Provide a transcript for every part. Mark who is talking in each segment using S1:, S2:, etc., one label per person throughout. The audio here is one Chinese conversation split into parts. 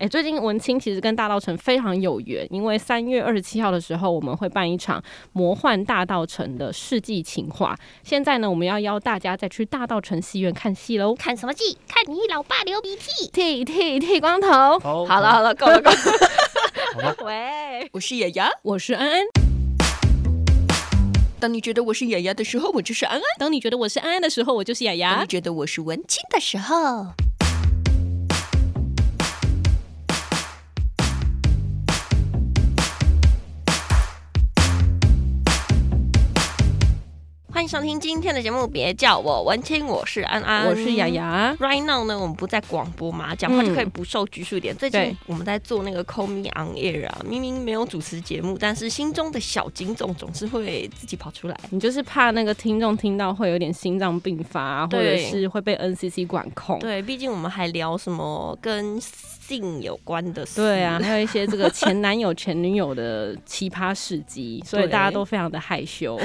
S1: 哎，最近文青其实跟大稻城非常有缘，因为三月二十七号的时候，我们会办一场魔幻大稻城的世纪情话。现在呢，我们要邀大家再去大稻城戏院看戏喽！
S2: 看什么戏？看你老爸流鼻涕。
S1: 剃剃剃光头，
S3: 好
S2: 好了，好了，够了够了。
S3: 好吧，
S1: 喂，
S2: 我是雅雅，
S1: 我是安安。
S2: 当你觉得我是雅雅的时候，我就是安安；
S1: 当你觉得我是安安的时候，我就是雅
S2: 啊当
S1: 雅
S2: 你。觉得我是文青的时候，欢迎收听今天的节目。别叫我文青，我是安安，
S1: 我是雅。雅。
S2: Right now 呢，我们不在广播嘛，讲话就可以
S1: 嗯
S2: 不受拘束一点。最
S1: 对
S2: 近我们在做那个 Call Me on Air 啊，明明没有主持节目，但是心中的小警总总是会自己跑出来。
S1: 你就是怕那个听众听到会有点心脏病发、啊，或者
S2: 对
S1: 是会被 NCC 管控。
S2: 对，毕竟我们还聊什么跟性有关的事。
S1: 对啊，，还有一些这个前男友、前女友的奇葩事 迹，所以
S2: 对
S1: 大家都非常的害羞。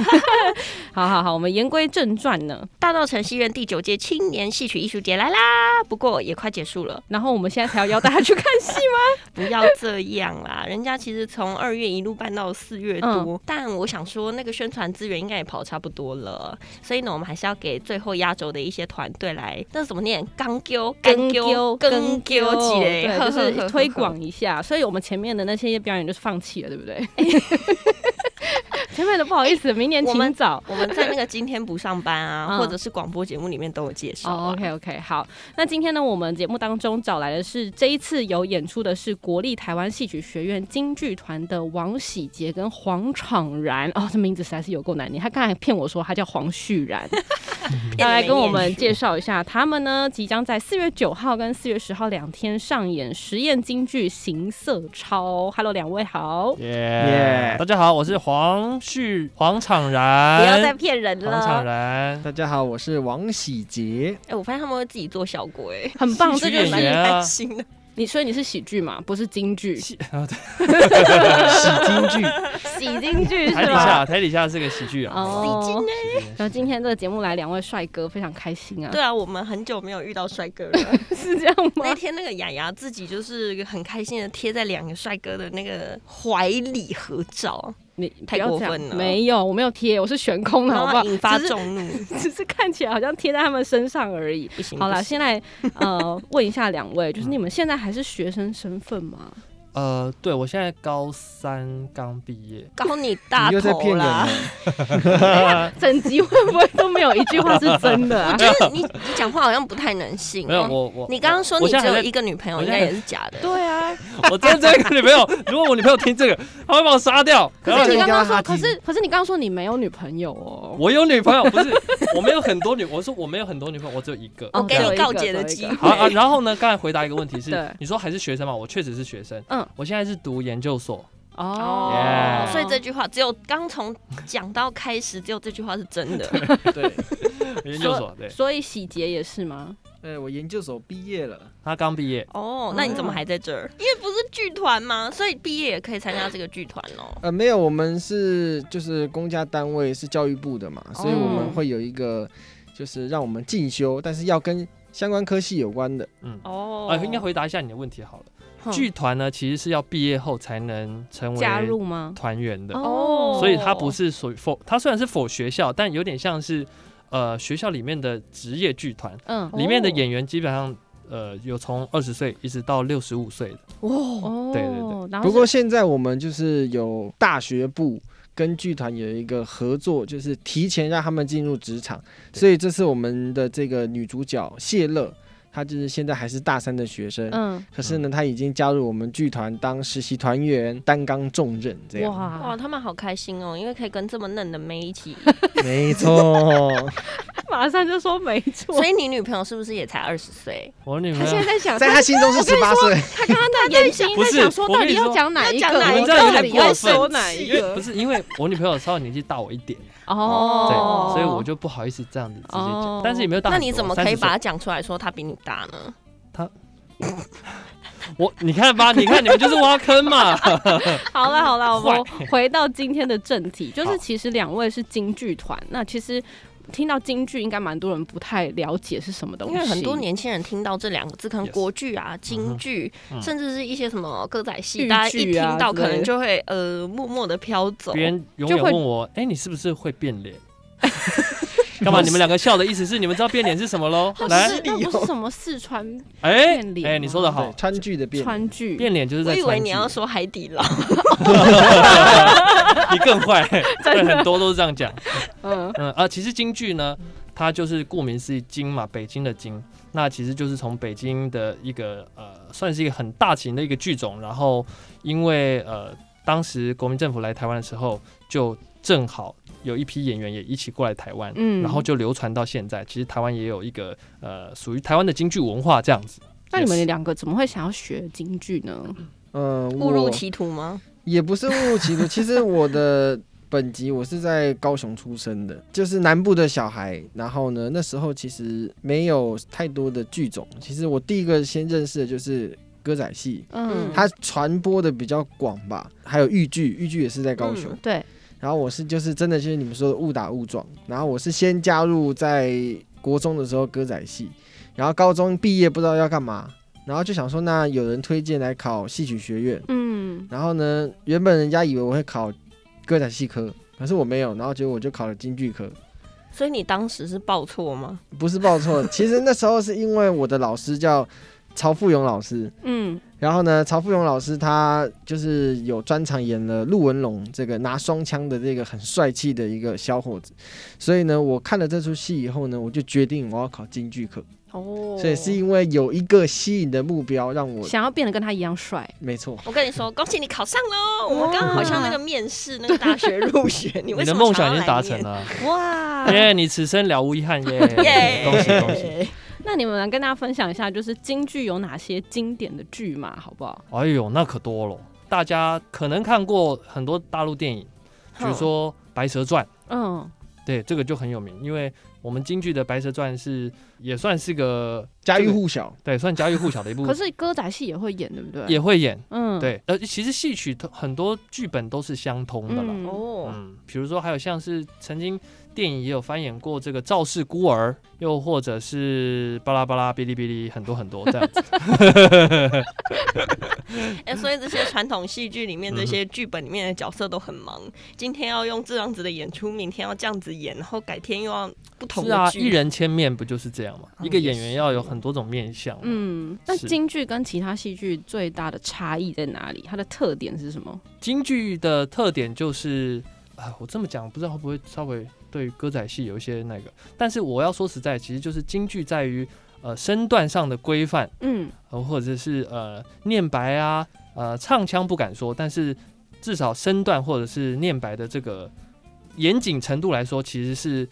S1: 好好好，我们言归正传呢。
S2: 大稻城戏院第九届青年戏曲艺术节来啦，不过也快结束了，
S1: 然后我们现在才要邀大家去看 戏吗？
S2: 不要这样啦。 人家其实从二月一路办到四月多，
S1: 嗯
S2: 但我想说那个宣传资源应该也跑差不多了，所以呢，我们还是要给最后压轴的一些团队来，那怎么念？钢丢、
S1: 跟
S2: 钢丢几嘞？
S1: 对，
S2: 呵
S1: 就
S2: 呵 呵呵
S1: 是
S2: 呵
S1: 推广一下。所以我们前面的那些表演就是放弃了，对不对？ 前面的不好意思，明年
S2: 哎我们
S1: 请早。
S2: 我们在那个今天不上班啊，
S1: 嗯
S2: 或者是广播节目里面都有介绍、啊
S1: 哦、o k OK，好。那今天呢，我们节目当中找来的是这一次有演出的是国立台湾戏曲学院京剧团的王喜杰跟黄昶然。哦，这名字实在是有够难念。他刚才骗我说他叫黄旭然，要来跟我们介绍一下，他们呢即将在四月九号跟四月十号两天上演实验京剧《行色超》。Hello，两位好。
S3: 耶
S4: 耶
S3: 大家好，我是黄旭黄昶然，
S2: 不要再骗人
S3: 黄昶
S2: 了！
S3: 然，
S4: 大家好，我是王喜杰。
S2: 哎、我发现他们会自己做效果、哎，
S1: 很棒，
S3: 喜
S1: 这
S3: 剧
S1: 就
S3: 演
S1: 是
S3: 员啊
S2: 开心的。
S1: 你，所以你是喜剧嘛，不是京剧，喜
S3: 喜啊 对
S4: 喜京剧，
S1: 京剧是
S3: 台底
S1: 吧？
S3: 下台底下是个喜剧啊，
S1: 哦
S2: 喜剧
S3: 喜剧
S1: 然后今天这个节目来两位帅哥，非常开心啊！
S2: 对，哎啊，我们很久没有遇到帅哥了。
S1: 是这样
S2: 那
S1: 吗？
S2: 天那个雅雅自己就是很开心的贴在两个帅哥的那个怀里合照，
S1: 你
S2: 太
S1: 不要
S2: 过
S1: 这样
S2: 分了
S1: 没有，我没有贴，我是悬空的，
S2: 然
S1: 嗯好不
S2: 后
S1: 好？
S2: 引发
S1: 只是
S2: 众怒。
S1: 只是看起来好像贴在他们身上而已。
S2: 不行，
S1: 好啦，
S2: 不行嗯
S1: 先来呃问一下两位，就是你们现在还是学生身份吗？
S3: 呃，对我现在高三刚毕业，
S2: 高你大
S4: 你又在
S2: 头
S4: 骗人
S2: 啦？
S3: 啊
S4: 了！！
S1: 整集会不会都没有一句话是真的啊
S2: 就是你你讲话好像不太能信。 哦
S3: 没有我我，
S2: 你刚刚说
S3: 我
S2: 你
S3: 现
S2: 只
S3: 在还
S2: 有
S3: 在
S2: 一个女朋友，
S3: 我
S2: 应
S3: 现在
S2: 该也是假的。
S1: 对啊，
S3: 我真的跟女朋友，如果我女朋友听这个， 她会把我杀掉。然
S1: 可
S3: 后
S1: 是你
S4: 然后
S1: 刚刚说，
S4: 他
S1: 可
S4: 听
S1: 是可是你刚刚说你没有女朋友哦。
S3: 我有女朋友，不是我没有很多女，我说我没有很多女朋友，我只有一个。
S2: 我给
S1: 哦
S2: 你告
S1: 只有一
S2: 解
S1: 个
S2: 的
S1: 只
S2: 机
S1: 有一个
S3: 好啊，
S2: 会。
S3: 然后呢？刚才回答一个问题
S1: 对
S3: 是，你说还是学生嘛？我确实是学生，
S1: 嗯，
S3: 我现在是读研究所，
S1: 哦
S2: 哦，
S3: Yeah
S2: 所以这句话只有刚从讲到开始，只有这句话是真的。
S3: 对，研究所，对，
S1: 所以喜杰也是吗？
S4: 哎，我研究所毕业了，
S3: 他刚毕业，
S2: 哦，那你
S3: 嗯
S2: 怎么还在这儿？因为不是剧团吗？所以毕业也可以参加这个剧团哦。
S4: 呃，没有，我们是就是公家单位，是教育部的嘛，所以我们会有一个就是让我们进修，但是要跟相关科系有关的。
S3: 嗯，
S2: 哦
S3: 啊，应该回答一下你的问题好了。
S2: 哼
S3: 剧团呢，其实是要毕业后才能成
S1: 加
S3: 为
S1: 入吗？
S3: 团员的，
S2: 哦
S3: 所以他不是所否，他虽然是否学校，但有点像是呃学校里面的职业剧团，
S1: 嗯，
S3: 里面的
S2: 哦
S3: 演员基本上呃有从二十岁一直到六十五岁的。
S2: 哇，
S1: 哦，
S3: 对对对，
S1: 然后
S4: 不过
S1: 是
S4: 现在我们就是有大学部。跟剧团有一个合作，就是提前让他们进入职场，
S3: 对
S4: 所以这是我们的这个女主角谢乐，她就是现在还是大三的学生，
S1: 嗯，
S4: 可是呢，他已经加入我们剧团当实习团员，担纲重任，这样。
S2: 哇，
S1: 哇，
S2: 他们好开心哦，因为可以跟这么嫩的妹一 起。
S4: 没错，
S1: 马上就说没错，
S2: 所以你女朋友是不是也才二十岁？
S3: 我女朋
S1: 他现在在
S3: 友，
S1: 想，
S4: 在他心中是十八岁。
S1: 他刚刚的眼睛
S3: 不
S1: 在
S3: 是
S1: 想说，
S3: 我
S1: 到
S3: 跟
S1: 底
S3: 你
S1: 要
S3: 说
S1: 讲哪一
S2: 要
S1: 个？
S2: 讲哪一
S1: 我
S2: 个
S1: 到
S3: 我
S1: 底
S3: 这样有点
S1: 要
S3: 过分
S1: 说哪一
S3: 因为不
S1: 个？
S3: 是因为我女朋友稍微年纪大我一点，对，
S1: 哦，
S3: 所以我就不好意思这样子直接
S1: 哦
S3: 讲。但是也没有大
S2: 那
S3: 很多，
S2: 你怎么可
S3: 30
S2: 以
S3: 岁
S2: 把她讲出来说她比你大呢？
S3: 我？你看吧，你看你们就是挖坑嘛。
S1: 好了好了，我
S3: 坏
S1: 们回到今天的正题，就是其实两位是京剧团，那其实。听到京剧，应该蛮多人不太了解是什么东西，
S2: 因为很多年轻人听到这两个字，可能
S3: 哦 Yes
S2: 国剧啊、京剧，
S3: 嗯
S2: 甚至是一些什么歌仔戏，
S1: 豫
S2: 大家一
S1: 剧啊
S2: 听到
S1: 之类
S2: 可能
S1: 的
S2: 就会呃默默的飘走。
S3: 别人永远
S1: 就会
S3: 问我，哎、你是不是会变脸？ 干嘛？你们两个笑的意思是你们知道变脸是什么喽？来，
S1: 是那不是什么四川
S3: 哎哎、
S1: 变脸吗
S3: 你说的
S4: 对
S3: 好，
S4: 川剧的变脸，
S1: 川剧，
S3: 变脸就是
S2: 啊我
S3: 在
S2: 以
S3: 川
S2: 为
S3: 剧
S2: 你要说海底捞，
S3: 你更坏，对，很多都是这样讲。
S1: 嗯
S3: 嗯啊，其实京剧呢，它就是顾名思义京嘛，北京的京，那其实就是从北京的一个呃，算是一个很大型的一个剧种。然后因为呃，当时国民政府来台湾的时候，就正好有一批演员也一起过来台湾，
S1: 嗯
S3: 然后就流传到现在。其实台湾也有一个呃，属于台湾的京剧文化这样子。
S1: 那你
S3: Yes
S1: 们两个怎么会想要学京剧呢？
S4: 嗯，
S2: 误入
S4: 我
S2: 歧途吗？
S4: 也不是误入 歧途，其实我的本籍我是在高雄出生的，就是南部的小孩。然后呢，那时候其实没有太多的剧种，其实我第一个先认识的就是歌仔戏，
S1: 嗯，
S4: 它传播的比较广吧，还有豫剧，豫剧也是在高雄。
S2: 嗯
S1: 对，
S4: 然后我是就是真的就是你们说的误打误撞，然后我是先加入在国中的时候歌仔戏，然后高中毕业不知道要干嘛，然后就想说那有人推荐来考戏曲学院，
S1: 嗯，
S4: 然后呢原本人家以为我会考歌仔戏科，可是我没有，然后结果我就考了京剧科，
S2: 所以你当时是报错吗？
S4: 不是报错，其实那时候是因为我的老师叫 曹富勇老师，
S1: 嗯，
S4: 然后呢，曹富荣老师他就是有专场演了陆文龙这个拿双枪的这个很帅气的一个小伙子，所以呢，我看了这出戏以后呢，我就决定我要考京剧课，
S1: 哦，
S4: 所以是因为有一个吸引的目标让我
S1: 想要变得跟他一样帅，
S4: 没错，
S2: 我跟你说，恭喜你考上喽！我们刚刚好像那个面试那个大学 入学，你为
S3: 你
S2: 什
S3: 的
S2: 么
S3: 梦想已
S2: 想
S3: 经
S2: 要
S3: 达
S2: 来
S3: 成
S2: 念
S3: 了，
S2: 哇！
S3: 耶、你此生了无遗憾耶、
S2: 耶
S3: 恭 喜恭喜！！
S1: 那你们来跟大家分享一下，就是京剧有哪些经典的剧嘛，好不好？
S3: 哎呦，那可多了，大家可能看过很多大陆电影。比如说《白蛇传》，
S1: 嗯，
S3: 对，这个就很有名，因为我们京剧的《白蛇传》是也算是个
S4: 家喻户晓，
S3: 对，算家喻户晓的一部
S1: 可，是歌仔戏也会演，对不对？
S3: 也，会演。
S1: 嗯，，
S3: 对，呃，其实戏曲都很多剧本都是相通的啦。
S1: 嗯
S2: 哦，
S3: 嗯，比如说还有像是曾经电影也有翻演过这个《赵氏孤儿》，又或者是巴拉巴拉、哔哩哔哩，很多很多这样子。
S2: 哎、所以这些传统戏剧里
S3: 嗯
S2: 面这些剧本里面的角色都很忙，今天要用这样子的演出，明天要这样子演，然后改天又要不同
S3: 是啊
S2: 的，剧。
S3: 一人千面不就是这样吗？
S2: 嗯
S3: 一个
S2: 也
S3: 演员要有很多种面相。
S1: 嗯，那
S3: 是
S1: 京剧跟其他戏剧最大的差异在哪里？它的特点是什么？
S3: 京剧的特点就是，啊，我这么讲不知道会不会稍微对于歌仔戏有一些那个，但是我要说实在，其实就是京剧在于呃身段上的规范，
S1: 嗯
S3: 呃、或者是呃念白啊，呃唱腔不敢说，但是至少身段或者是念白的这个严谨程度来说，其实是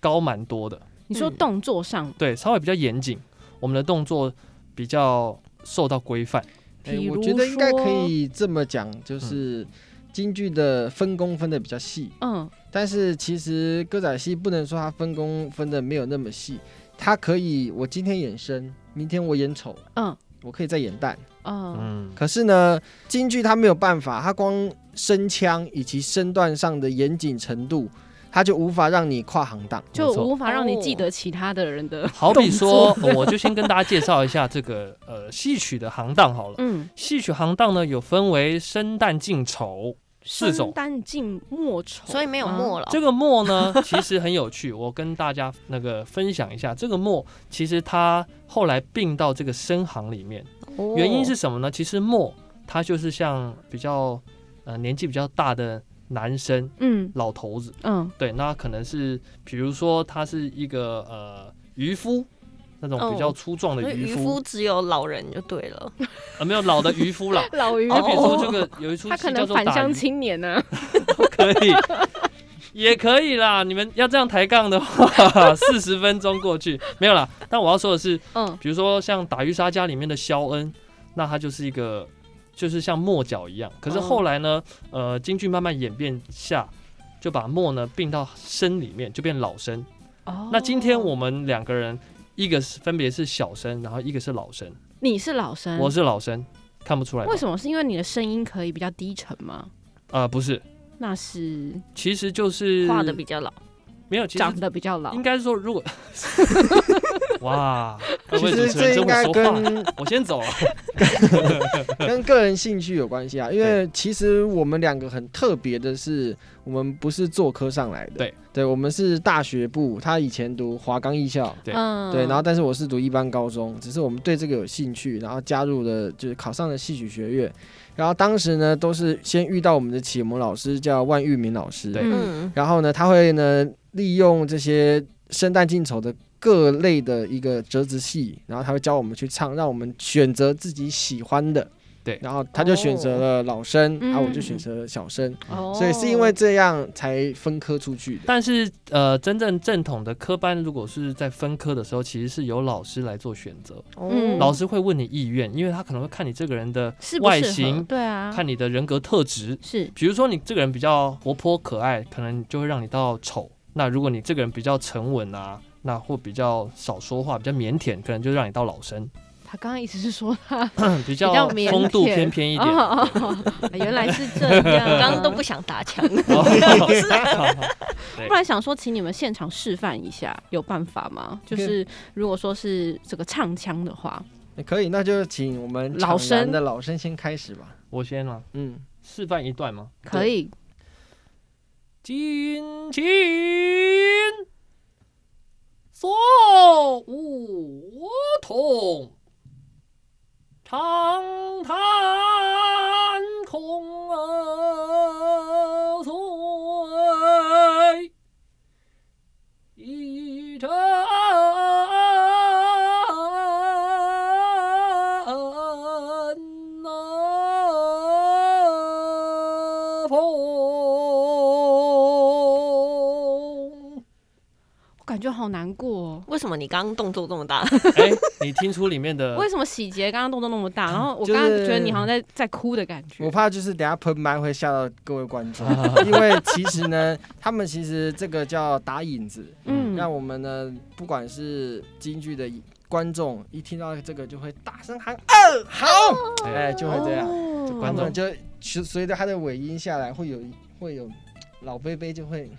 S3: 高蛮多的，
S1: 你说
S2: 嗯
S1: 动作上，
S3: 对，稍微比较严谨，我们的动作比较受到规范，
S4: 哎
S1: 比如
S4: 我觉得应该可以这么讲，就是京剧的分工分的比较细，
S1: 嗯
S4: 但是其实歌仔戏不能说它分工分的没有那么细，它可以我今天演生，明天我演丑，
S1: 嗯
S4: 我可以再演旦。
S1: 嗯
S3: 嗯，
S4: 可是呢，京剧它没有办法，它光声腔以及身段上的严谨程度，它就无法让你跨行当。
S1: 就
S3: 没错
S1: 无法让你记得其他的人的，
S3: 好比说，我就先跟大家介绍一下这个呃戏曲的行当好了。
S1: 嗯，
S3: 戏曲行当呢，有分为生旦净丑四
S1: 生
S3: 种。哦
S1: 旦净末丑，
S2: 所以没有
S1: 吗
S2: 末了。
S3: 这个墨呢，其实很有趣，我跟大家那个分享一下。这个墨其实它后来并到这个生行里面，
S2: 哦
S3: 原因是什么呢？其实墨它就是像比较呃年纪比较大的男生
S1: 嗯
S3: 老头子，
S1: 嗯
S3: 对，那可能是比如说他是一个呃渔夫，那种比较
S2: 哦
S3: 粗壮
S2: 所
S3: 的
S2: 以
S3: 渔
S2: 渔
S3: 夫
S2: 夫，只有老人就对了。
S3: 呃，没有老的渔夫 啦。
S1: 老渔
S3: 就比如说
S1: 夫，
S3: 这个有一出
S1: 哦他可
S3: 戏叫
S1: 能
S3: 做
S1: 返
S3: 打
S1: 乡
S3: 鱼
S1: 青年啊呢、
S3: 可以， 也可以啦。你们要这样抬杠的话， 四十分钟过去没有啦。但我要说的是，
S1: 嗯
S3: 比如说像《打渔杀家》里面的肖恩，那他就是一个，就是像墨角一样。可
S1: 哦
S3: 是后来呢，呃，京剧慢慢演变下，就把墨呢并到生里面，就变老生。
S1: 哦
S3: 那今天我们两个人，一个是分别是小生，然后一个是老生，
S1: 你是老生，
S3: 我是老生，看不出来吧
S1: 为？什么？是因为你的声音可以比较低沉吗？
S3: 啊，不是，
S1: 那是
S3: 其实就是
S2: 画的比较老，
S3: 没有，其实
S1: 长得比较老
S3: 应。该是说，如果 哇，各
S4: 其
S3: 位主
S4: 实
S3: 持
S4: 这
S3: 人跟
S4: 应该
S3: 我说话，
S4: 跟
S3: 我先走了。
S4: 跟个人兴趣有关系啊，因为其实我们两个很特别的是，我们不是做科上来的，
S3: 对，
S4: 对我们是大学部，他以前读华冈艺校，
S3: 对
S1: 嗯
S4: 对，然后但是我是读一般高中，只是我们对这个有兴趣，然后加入了就是考上了戏曲学院，然后当时呢都是先遇到我们的启蒙老师叫万玉明老师，
S3: 对
S2: 嗯
S4: 然后呢他会呢利用这些生旦净丑的各类的一个折子戏，然后他会教我们去唱，让我们选择自己喜欢的。
S3: 对
S4: 然后他就选择了老生，
S1: 嗯
S4: 啊，我就选择了小生，
S3: 嗯
S1: 哦
S4: 所以是因为这样才分科出去的。
S3: 但是呃，真正正统的科班，如果是在分科的时候，其实是由老师来做选择。
S2: 哦
S1: 嗯
S3: 老师会问你意愿，因为他可能会看你这个人的
S1: 适不
S3: 外
S1: 适合
S3: 形，
S1: 对啊，
S3: 看你的人格特质。
S1: 是
S3: 比如说你这个人比较活泼可爱，可能就会让你到丑；那如果你这个人比较沉稳啊，那或比较少说话、比较腼腆，可能就让你到老生，
S1: 他刚刚一直是说他
S3: 比
S1: 比较
S3: 较
S1: 腼
S3: 风度
S1: 腆
S3: 翩翩一点。
S1: 哦 哦哦原来是这样，
S2: 刚刚都不想打 枪，
S1: 不然想说，请你们现场示范一下，有办法吗？就是如果说是这个唱腔的话，
S4: 可以，那就请我们
S1: 老生
S4: 场南的老生先开始吧。
S3: 我先啊，
S4: 嗯，
S3: 示范一段吗？
S1: 可以
S3: 金琴所舞同，长叹空碎，一阵那风。
S1: 我感觉好难过、哦
S2: 为什么你刚刚动作这么大？
S3: 哎，你听出里面
S1: 哦。
S3: 的
S1: 为什么喜杰刚刚动作那么大？然后我
S4: 就是
S1: 刚刚觉得你好像在在哭的感觉
S4: 我。怕就是等下喷麦会吓到各位观 众，
S3: 啊
S4: 因为其实呢，他们其实这个叫打引子，
S1: 嗯，
S4: 让我们呢，不管是京剧的观众一听到这个就会大声喊二好，哎，就会这样。
S1: 哦
S3: 这
S4: 他
S3: 观众
S4: 们就随随着他的尾音下来，会有会有老贝贝就会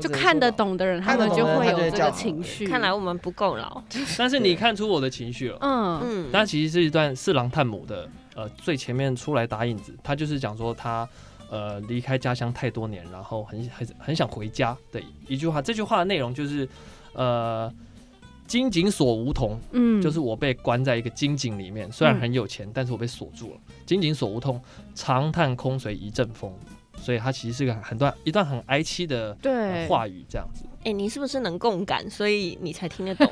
S1: 就看得，懂的人，他
S4: 看
S1: 们
S4: 得懂
S1: 就
S4: 的人
S1: 会
S4: 他就
S1: 有
S4: 会
S1: 这
S4: 叫
S1: 个
S4: 好
S1: 情
S4: 对
S1: 绪。
S2: 看来，我们不够老。
S3: 但是你看出我的情绪了。
S1: 嗯，
S2: 嗯，
S3: 那其实是一段四郎探母的，呃，最前面出来打引子，他就是讲说他呃离开家乡太多年，然后很很很想回家的一句话。这句话的内容就是，呃，金井锁梧桐，
S1: 嗯，
S3: 就是我被关在一个金井里面，虽然很有钱，但是我被锁住了。金井锁梧桐，长叹空随一阵风。所以它其实是个很段一段很哀凄的呃
S1: 对，
S3: 话语，这样子。
S2: 哎，你是不是能共感，所以你才听得 懂？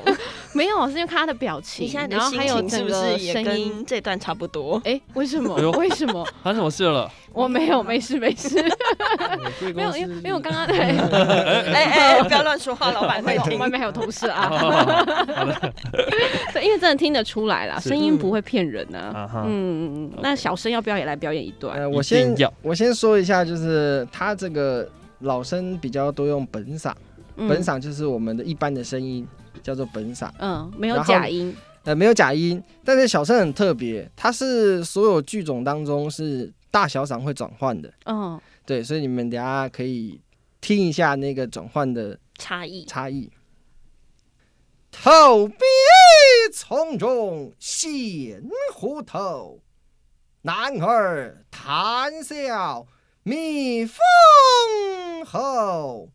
S1: 没有，是因为看他的表情，
S2: 你现在的
S1: 然后
S2: 心
S1: 还有
S2: 情是
S1: 整
S2: 不
S1: 个
S2: 是也
S1: 声音。
S2: 跟这段差不多？
S1: 哎，为什么
S3: 哎呦？
S1: 为什么？
S3: 发生什么事了？
S1: 我没有，没事，没事，没
S3: 没
S1: 有，因为因为我刚刚对，
S2: 哎哎，不要乱说话，老板会
S1: 我
S2: 听。
S1: 外面还有同事啊。
S3: 刚
S1: 对，因为真的听得出来啦，
S3: 是
S1: 声音不会骗人啊。
S3: 啊哈
S1: 嗯，嗯嗯
S3: OK
S1: 那小生要不要也来表演一段？
S4: 呃，
S3: 一
S4: 我先
S3: 定要
S4: 我先说一下，就是他这个老生比较多用本嗓，本
S1: 嗯，
S4: 嗓就是我们的一般的声音，叫做本嗓，
S1: 嗯，没有
S4: 然后
S1: 假音，
S4: 呃，没有假音。但是小生很特别，它是所有剧种当中是大小嗓会转换的，
S1: 嗯，
S4: 对，所以你们等一下可以听一下那个转换的
S2: 差异。
S4: 差异。投笔从中显虎头，男儿谈笑觅封侯。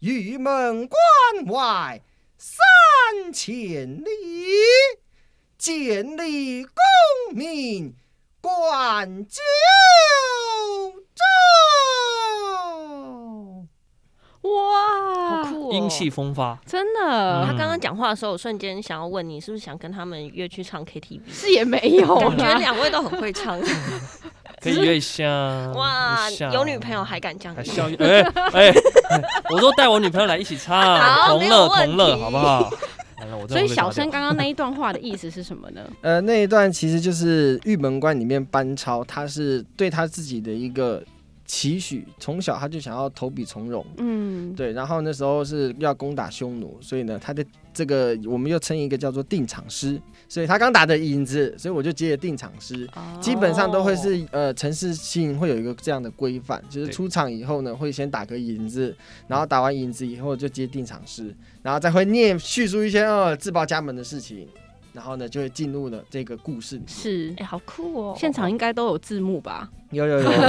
S4: 玉门关外三千里，建立功名冠九州。
S1: 哇，嗯
S2: 好酷哦！
S3: 英气风发，
S1: 真
S2: 他
S1: 的
S2: 刚刚讲话的时候，我瞬间想要问你，是不是想跟他们约去唱 KTV？
S1: 是也没有
S2: 感觉
S1: 啦。
S2: 两位都很会 唱，
S3: 可以约一下。
S2: 哇
S3: 一下，
S2: 有女朋友还敢这样
S3: 还？笑一 哎哎，我都带我女朋友来一起唱，
S2: 好
S3: 同
S2: 没有
S3: 乐
S2: 问题
S3: 同乐，好不好？完了我这
S1: 所以
S3: 种被打
S1: 小生
S3: 掉
S1: 刚刚那一段话的意思是什么呢？
S4: 呃，那一段其实就是《玉门关》里面班超，他是对他自己的一个期许，从小他就想要投笔从戎。
S1: 嗯，
S4: 对，然后那时候是要攻打匈奴，所以呢，他的这个我们又称一个叫做定场诗，所以他刚打的引子，所以我就接了定场诗。
S1: 哦
S4: 基本上都会是呃城市性会有一个这样的规范，就是
S3: 对
S4: 出场以后呢，会先打个引子，然后打完引子以后就接定场诗，然后再会念叙述一些呃自报家门的事情，然后呢就会进入了这个故事里。
S1: 哦是
S2: 哎、好酷哦！
S1: 现场应该都有字幕吧？
S4: 有有有，有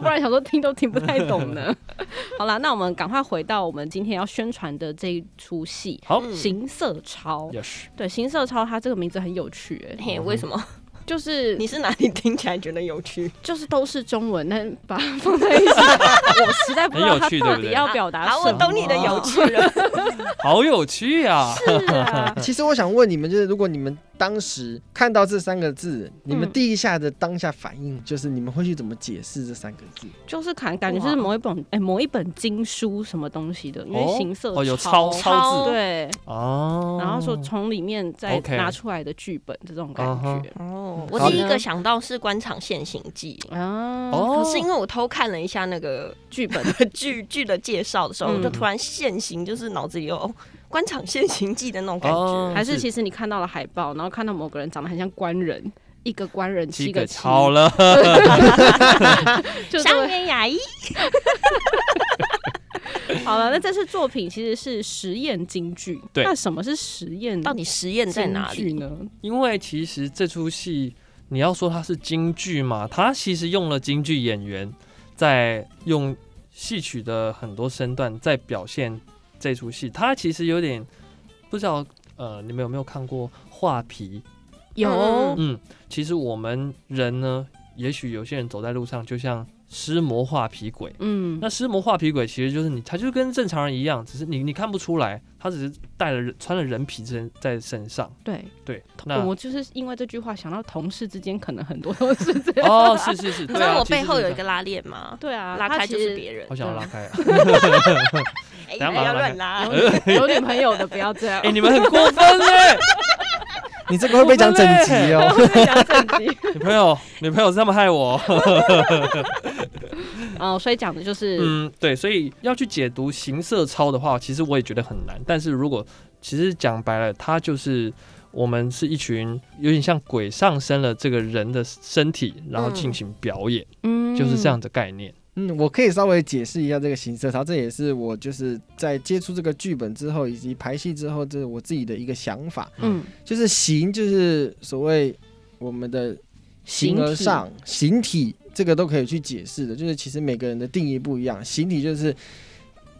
S1: 不然想说听都听不太懂呢。 好啦，那我们赶快回到我们今天要宣传的这一出戏
S3: 好
S1: 《
S2: 嗯
S1: 行色超》。
S3: ，yes，
S1: 对，《行色超》它这个名字很有趣、欸，
S2: 嘿，为什么？
S1: 就是
S2: 你是哪里听起来觉得有趣？
S1: 就是都是中文，但把它放在一起， 我实在不知道它啊
S3: 很有趣对
S1: 到底
S3: 不对
S1: 要表达
S2: 好，我
S1: 什么。
S2: 懂你的有趣了。
S3: 好有趣啊！
S1: 是啊，
S4: 其实我想问你们，就是如果你们当时看到这三个字，你们
S1: 嗯
S4: 第一下的当下反应就是你们会去怎么解释这三个字？
S1: 就是感感觉是某一本哎、某一本经书什么东西的，因为
S3: 哦
S1: 行色
S3: 哦有
S1: 超
S3: 超超
S2: 字
S1: 对，
S3: 哦，
S1: 然后说从里面再
S3: OK
S1: 拿出来的剧本这种感
S3: 嗯
S1: 觉
S2: 哦，我
S4: 好
S2: 第一
S1: 的
S2: 个想到是《官场现形记》。
S1: 啊，
S3: 哦
S2: 可是因为我偷看了一下那个
S1: 剧本
S2: 剧剧的介绍的时候，
S1: 嗯
S2: 我就突然现形，就是脑子里有哦《官场现形记》的那种感
S3: 哦
S2: 觉。
S1: 还是其实你看到了海报，然后看到某个人长得很像官人，一个官人
S3: 七
S1: 七
S3: 个
S1: 个七，
S3: 超了，
S1: 就是
S2: 香原雅一，
S1: 好了。那这次作品其实是实验京剧，
S3: 对
S1: 那什么是实验？
S2: 到底实验在哪里？
S1: 呢？
S3: 因为其实这出戏你要说它是京剧嘛，它其实用了京剧演员在用戏曲的很多身段在表现这出戏，它其实有点不知道呃，你们有没有看过画皮？
S1: 有、
S2: 嗯
S3: 嗯，其实我们人呢，也许有些人走在路上就像尸魔画皮鬼。
S1: 嗯，
S3: 那尸魔画皮鬼其实就是你，他就跟正常人一样，只是你你看不出来，他只是带了人穿了人皮身在身上。
S1: 对，
S3: 对，那
S1: 我就是因为这句话想到同事之间可能很多都是 这样。
S3: 哦，是是是，
S2: 你
S3: 对
S2: 知
S3: 啊
S2: 道我
S3: 其实
S2: 背后
S3: 是
S2: 有
S3: 这样
S2: 一个嗯拉链吗？
S1: 对啊，
S2: 拉
S1: 他
S2: 开
S1: 其
S2: 就是
S1: 实
S2: 别人
S3: 好，想要拉开啊！
S2: 哎
S3: 等下
S2: 不
S3: 把它
S2: 要
S3: 拉开
S2: 乱拉。
S1: 有女朋友的不要这样
S3: 哎、。你们很过分欸嘞！
S4: 你这个会被讲整集哦。
S1: 讲正经
S3: 女朋友，女朋友是他们害我。
S1: 哦，所以讲的就是
S3: 嗯，对，所以要去解读形色超的话，其实我也觉得很难。但是如果其实讲白了，它就是我们是一群有点像鬼上身了这个人的身体，然后进行表演，
S1: 嗯，
S3: 就是这样的概念。
S4: 嗯，我可以稍微解释一下这个行色超，这也是我就是在接触这个剧本之后，以及排戏之后，这是我自己的一个想法，
S1: 嗯，
S4: 就是形就是所谓我们的形而
S1: 体
S4: 上形体，这个都可以去解释的，就是其实每个人的定义不一样，形体就是。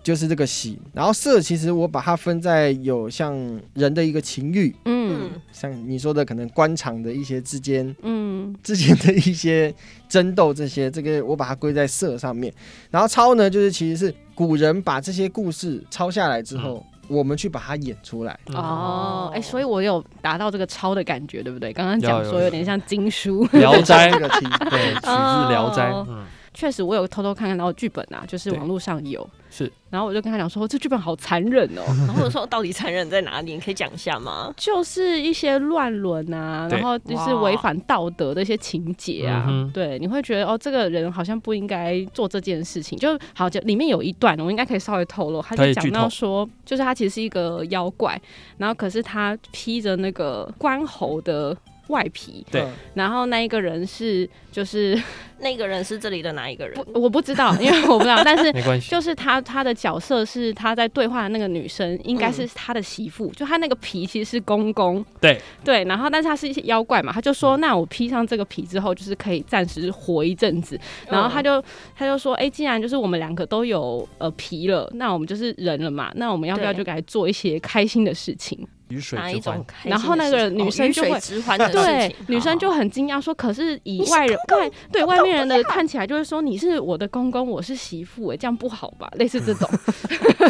S4: 就是这个形，然后色其实我把它分在有像人的一个情欲，
S1: 嗯
S2: 嗯，
S4: 像你说的可能官场的一些之间，
S1: 嗯
S4: 之前的一些争斗，这些这个我把它归在色上面。然后抄呢，就是其实是古人把这些故事抄下来之后，我们去把它演出来。
S1: 嗯，
S3: 嗯
S1: 哦，哎，所以我有达到这个抄的感觉，对不对？刚刚讲
S3: 有有
S1: 说有点像经书，
S3: 聊斋
S4: 这》个题，
S3: 对，取自《聊斋》
S1: 哦
S3: 嗯，
S1: 确实我有偷偷看看到剧本啊，就是
S3: 对
S1: 网络上有，
S3: 是
S1: 然后我就跟他讲说哦这剧本好残忍 哦，
S2: 然后我说到底残忍在哪里？你可以讲一下吗？
S1: 就是一些乱伦啊，
S3: 对
S1: 然后就是
S2: 哇
S1: 违反道德的一些情节啊
S3: 嗯，哼
S1: 对，你会觉得哦，这个人好像不应该做这件事情。就好，就里面有一段，我应该可以稍微透露，他
S3: 可
S1: 就
S3: 以
S1: 讲
S3: 剧
S1: 到
S3: 透
S1: 说，就是他其实是一个妖怪，然后可是他披着那个官侯的外皮，
S3: 对
S4: 嗯
S1: 然后那一个人是就是
S2: 那个人是这里的哪一个人？
S1: 不我不知道，因为我不知道，但是
S3: 没关系。
S1: 就是他他的角色是他在对话的那个女生，应
S2: 嗯
S1: 该是他的媳妇，就他那个皮其实是公公，
S3: 对
S1: 对，然后但是他是一些妖怪嘛，他就
S2: 嗯
S1: 说那我披上这个皮之后，就是可以暂时活一阵子，然后
S2: 嗯
S1: 他就、他就说，哎、既然就是我们两个都有呃皮了，那我们就是人了嘛，那我们要不要
S2: 对
S1: 就给他做一些开心的事情？
S3: 雨水
S2: 哪一
S3: 之欢
S2: 种，开心的事
S1: 然
S2: 情？
S1: 后那个女生就会
S2: 哦鱼水之欢的事情哦
S1: 对，女生就
S2: 好
S1: 很惊讶说：“可是以
S2: 你是
S1: 外人
S2: 公公
S1: 外对外面人的看起来就会说你是我的公公，我是媳妇，哎，这样不好吧？类似这种，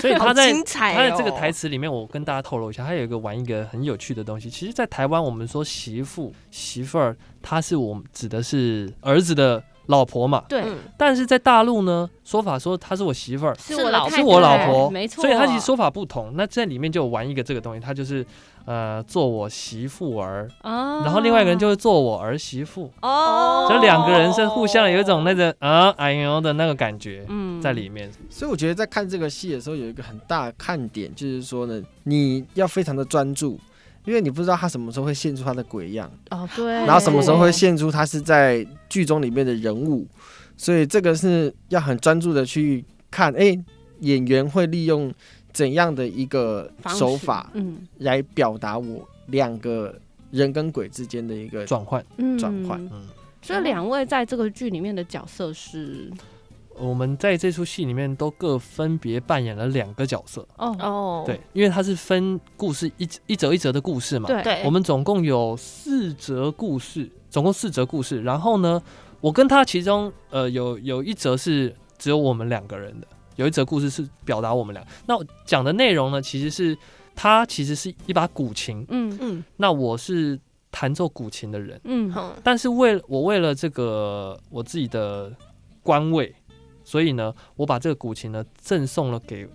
S3: 所以他
S2: 好
S3: 在
S2: 精
S1: 哎
S2: 彩、哦。
S3: 他的这个台词里面，我跟大家透露一下，他有一个玩一个很有趣的东西。其实，在台湾，我们说媳妇、媳妇儿，它是我们指的是儿子的老婆嘛。
S1: 对，
S2: 嗯
S3: 但是在大陆呢，说法说她是我媳妇儿，
S1: 是
S2: 是
S1: 我
S2: 老
S1: 的太
S2: 婆
S3: 是我老
S1: 太
S3: 婆，
S1: 哎没错。
S3: 所以她其实说法不同。那在里面就有玩一个这个东西，她就是呃做我媳妇儿，
S1: 啊，
S3: 然后另外一个人就会做我儿媳妇，
S2: 哦
S3: 就两个人是互相有一种那个啊哎呦的那个感觉
S1: 哦嗯
S3: 在里面。
S4: 所以我觉得在看这个戏的时候，有一个很大的看点，就是说呢，你要非常的专注，因为你不知道他什么时候会现出他的鬼样，
S1: 哦对，
S4: 然后什么时候会现出他是在剧中里面的人物，所以这个是要很专注的去看，哎、演员会利用怎样的一个
S1: 方
S4: 手
S1: 式
S4: 法
S1: 嗯
S4: 来表达我两个人跟鬼之间的一个
S3: 转换，
S1: 嗯
S4: 转换
S3: 嗯。
S1: 所以两位在这个剧里面的角色是
S3: 我们在这出戏里面都各分别扮演了两个角色，
S1: 哦
S2: 哦，
S3: 对，因为它是分故事一一折一折的故事嘛，
S1: 对
S2: 对，
S3: 我们总共有四则故事，总共四则故事。然后呢，我跟他其中呃有有一则是只有我们两个人的，有一则故事是表达我们俩。那我讲的内容呢，其实是他其实是一把古琴，
S1: 嗯
S2: 嗯
S3: 那我是弹奏古琴的人，
S1: 嗯
S2: 哼
S3: 但是为了我为了这个我自己的官位，所以呢，我把这个古琴呢赠送了给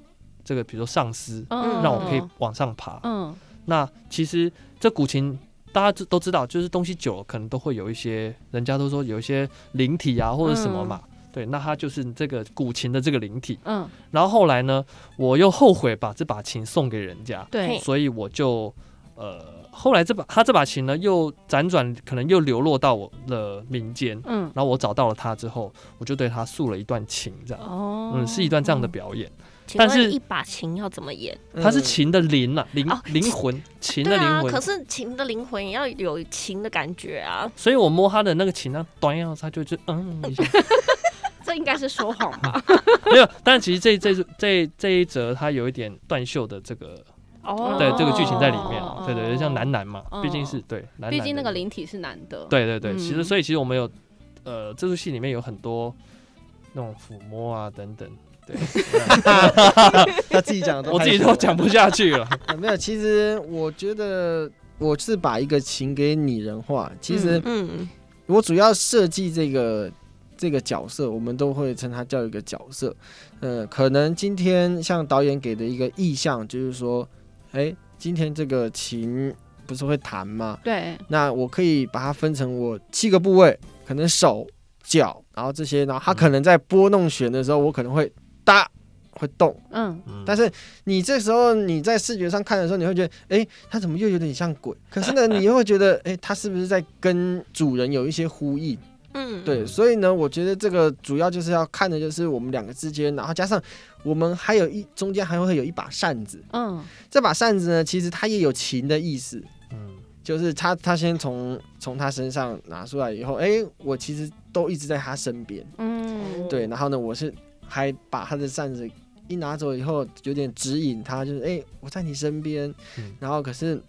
S3: 这个比如说上司，
S1: 嗯，
S3: 让我可以往上爬。
S1: 嗯
S3: 那其实这古琴大家知都知道，就是东西久了可能都会有一些，人家都说有一些灵体啊或者什么嘛。对，那它就是这个古琴的这个灵体。
S1: 嗯
S3: 然后后来呢，我又后悔把这把琴送给人家，
S1: 对
S2: 嘿
S3: 所以我就呃，后来这把他这把琴呢，又辗转可能又流落到我的民间。
S1: 嗯
S3: 然后我找到了他之后，我就对他诉了一段情，这样，
S1: 哦
S3: 嗯，是一段这样的表演。
S2: 请
S3: 但
S2: 问
S3: 是
S2: 一把琴要怎么演？
S1: 嗯
S3: 它
S4: 嗯
S3: 是琴的灵啊，灵
S2: 哦
S3: 灵魂，琴的
S2: 对
S3: 灵
S2: 啊，
S3: 魂
S2: 可。是琴的灵魂也要有琴的感觉啊。
S3: 所以我摸他的那个琴，那端样他就就嗯一下，
S1: 这应该是说谎吧？
S3: 没有。但其实这这这这一则它有一点断袖的这个
S1: 哦
S3: 对这个剧情在里面啊
S1: 哦，
S3: 对对对，像男男嘛
S1: 哦，
S3: 毕竟是对男男，
S1: 毕竟那个，灵体是男的，
S3: 对对对，
S1: 嗯
S3: 其实所以其实我们有呃这出戏里面有很多那种抚摸啊等等， 对，
S4: 他自己讲的，
S3: 我自己都讲不下去了，
S4: 啊，没有，其实我觉得我是把一个情给拟人化。其实
S2: 嗯，
S4: 我主要设计这个这个角色，我们都会称它叫一个角色。呃，可能今天像导演给的一个意向，就是说，哎，今天这个琴不是会弹吗？
S1: 对
S4: 那我可以把它分成我七个部位，可能手、脚，然后这些，然后它可能在拨弄弦的时候，我可能会哒会动。
S1: 嗯
S3: 嗯
S4: 但是你这时候你在视觉上看的时候，你会觉得，哎、它怎么又有点像鬼？可是呢，你又会觉得，哎、它是不是在跟主人有一些呼应？
S2: 嗯，
S4: 对，所以呢，我觉得这个主要就是要看的就是我们两个之间，然后加上我们还有一中间还会有一把扇子，
S1: 嗯
S4: 这把扇子呢，其实它也有情的意思，
S3: 嗯
S4: 就是他他先从从他身上拿出来以后，哎、我其实都一直在他身边。
S1: 嗯
S4: 对，然后呢，我是还把他的扇子一拿走以后，有点指引他，就是哎、我在你身边。
S3: 嗯
S4: 然后可是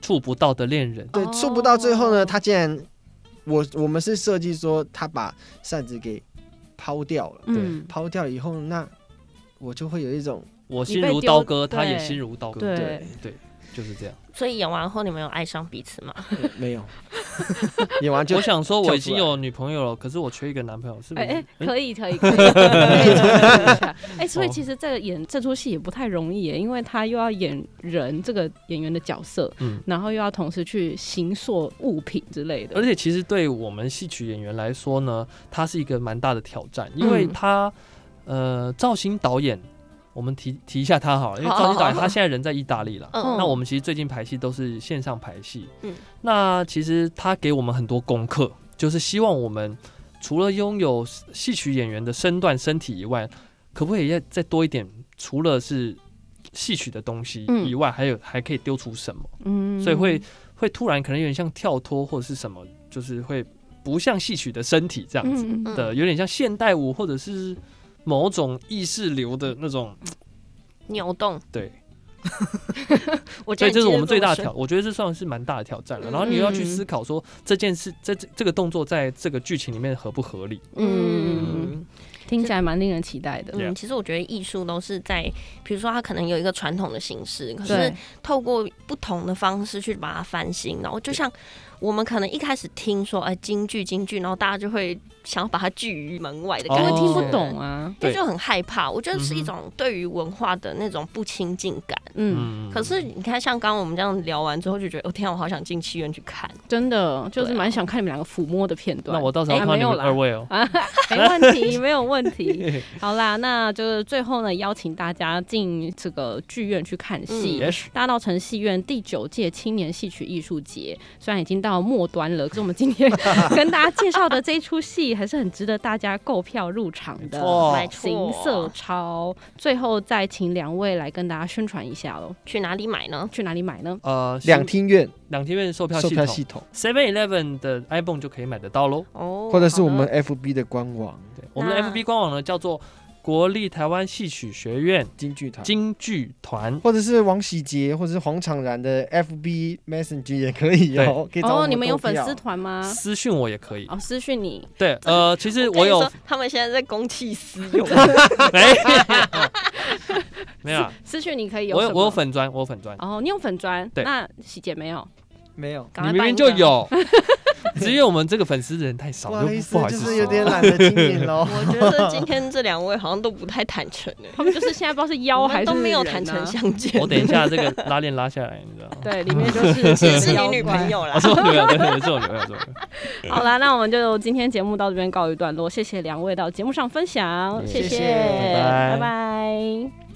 S3: 触不到的恋人，
S4: 对
S1: 哦
S4: 触不到，最后呢，他竟然我我们是设计说他把扇子给抛掉了，
S1: 嗯
S4: 抛掉以后，那我就会有 一种
S3: 我
S1: 你
S3: 心
S1: 被
S3: 如
S1: 丢
S3: 刀割，他
S1: 对
S3: 也心如刀割，
S1: 对
S3: 对，就是这样。
S2: 所以演完后你们有爱上彼此吗？
S4: 呃没有 演完就
S3: 我想说我已
S4: 跳出
S3: 经
S4: 来
S3: 有女朋友了，可是我缺一个男朋友，是不
S1: 哎
S3: 是？
S1: 哎，
S3: 嗯
S1: 可以可以可以， 可以可以尝试 一下哎，所
S3: 哦
S1: 以其实这个演这出戏也不太容易耶，因为他又要演人这个演员的角色，
S3: 嗯
S1: 然后又要同时去行塑物品之类的
S3: 而，且其实对我们戏曲演员来说呢，它是一个蛮大的挑战，因为
S1: 嗯
S3: 他、呃，赵鑫导演，我们提提一下他好了，因为
S2: 好
S3: 赵鑫导演
S2: 好
S3: 他现在人在意大 利了。
S1: 嗯
S3: 那我们其实最近排戏都是线上排戏，
S2: 嗯
S3: 那其实他给我们很多功课，就是希望我们除了拥有戏曲演员的身段、身体以外，可不可以再再多一点？除了是戏曲的东西
S1: 嗯
S3: 以外，还有还可以丢出什么？
S1: 嗯
S3: 所以会会突然可能有点像跳脱或者是什么，就是会不像戏曲的身体这样子
S1: 嗯嗯
S3: 的，有点像现代舞或者是某种意识流的那种。
S2: 扭动，
S3: 对，
S2: 我觉
S3: 所以
S2: 得
S3: 这是
S2: 你
S3: 我
S2: 今天
S3: 们最大的
S2: 这
S3: 挑，
S2: 么
S3: 我觉得这算是蛮大的挑战了。
S2: 嗯
S3: 然后你又要去思考说这件事，这这这个动作在这个剧情里面合不合理？
S1: 嗯，听起来蛮令人期待的，
S3: Yeah
S2: 嗯，其实我觉得艺术都是在，比如说它可能有一个传统的形式，可是
S1: 对，
S2: 透过不同的方式去把它翻新，然后就像我们可能一开始听说哎京剧京剧，然后大家就会想要把它拒于门外的
S1: 因
S2: 感
S1: 为
S2: 觉，
S3: 哦
S1: 听不懂啊。
S2: 对，
S3: 对
S2: 就很害怕。我觉得是一
S3: 嗯哼
S2: 种对于文化的那种不亲近感。
S1: 嗯，
S3: 嗯
S2: 可是你看，像刚刚我们这样聊完之后，就觉得，哦天啊，我好想进戏院去看。
S1: 真的就是
S2: 对啊
S1: 蛮想看你们两个抚摸的片段。
S3: 那我到时候
S1: 哎
S3: 看到
S1: 没
S3: 你
S1: 有
S3: 们
S1: 啦
S3: 二位哦。
S1: 啊，没问题，没有问 题。好啦，那就是最后呢，邀请大家进这个剧院去看戏。
S2: 嗯
S3: 也是，
S1: 大稻城戏院第九届青年戏曲艺术节，虽然已经到末端了，可是我们今天跟大家介绍的这一出戏还是很值得大家购票入场的。
S3: 哦
S2: 没错
S1: 行色超，最后再请两位来跟大家宣传一下喽，
S2: 去哪里买呢？
S1: 去哪里买呢？
S3: 呃，
S4: 两厅院
S3: 两天院售票
S4: 售
S3: 系
S4: 票
S3: 统
S4: 系统，
S3: ，Seven Eleven 的 iPhone 就可以买得到喽。
S2: 哦，
S4: 或者是我
S2: 好
S4: 们
S2: 的
S4: FB 的官网
S3: 对，我们的
S2: 那
S3: FB 官网呢叫做国立台湾戏曲学院
S4: 京剧团，
S3: 京剧团。
S4: 或者是王喜杰，或者是黄厂然的 FB Messenger 也可以哦，可以找我
S1: 哦，
S4: 们
S1: 你们有
S4: 购
S1: 粉
S4: 票
S1: 丝团吗？
S3: 私讯我也可以，
S1: 啊哦，私讯你，
S3: 对，呃，其实我
S2: 跟
S3: 有
S2: 哎你说他 们现在在公器私用，
S3: 没有啊没有啊，
S1: 私讯你可以有
S3: 我有
S1: 什么
S3: 我有。粉砖，我有粉砖，
S1: 哦，你有粉砖，
S3: 对
S1: 那喜姐没有。
S4: 没有？
S2: 赶
S3: 你
S2: 快
S3: 明
S2: 办一
S3: 明
S2: 个
S3: 就。 有，只有我们这个粉丝人太少，
S4: 不
S3: 就
S4: 好意
S3: 不
S4: 思
S3: 不好，意
S4: 就
S3: 思
S4: 是
S3: 说
S4: 有点懒得经营喽。
S2: 我觉得今天这两位好像都不太坦诚哎，
S1: 他们就是现在不知道 是 腰
S2: 我
S1: 还
S2: 们
S1: 是
S2: 都没有
S1: 人
S2: 坦诚
S1: 啊。
S2: 相见。
S3: 我 等一，下这个拉链拉下来，你知道吗？哦
S1: 对，里面 就是
S2: 其实是
S1: 妖
S2: 你女朋
S1: 怪。
S2: 友啦
S3: 我。是我女儿，对，对是我女儿，是我女 儿。
S1: 好啦，那我们就今天节目到这边告一段落，谢谢两位到节目上分享，
S3: 嗯
S1: 谢
S4: 谢谢
S1: 拜
S3: 拜拜
S1: 拜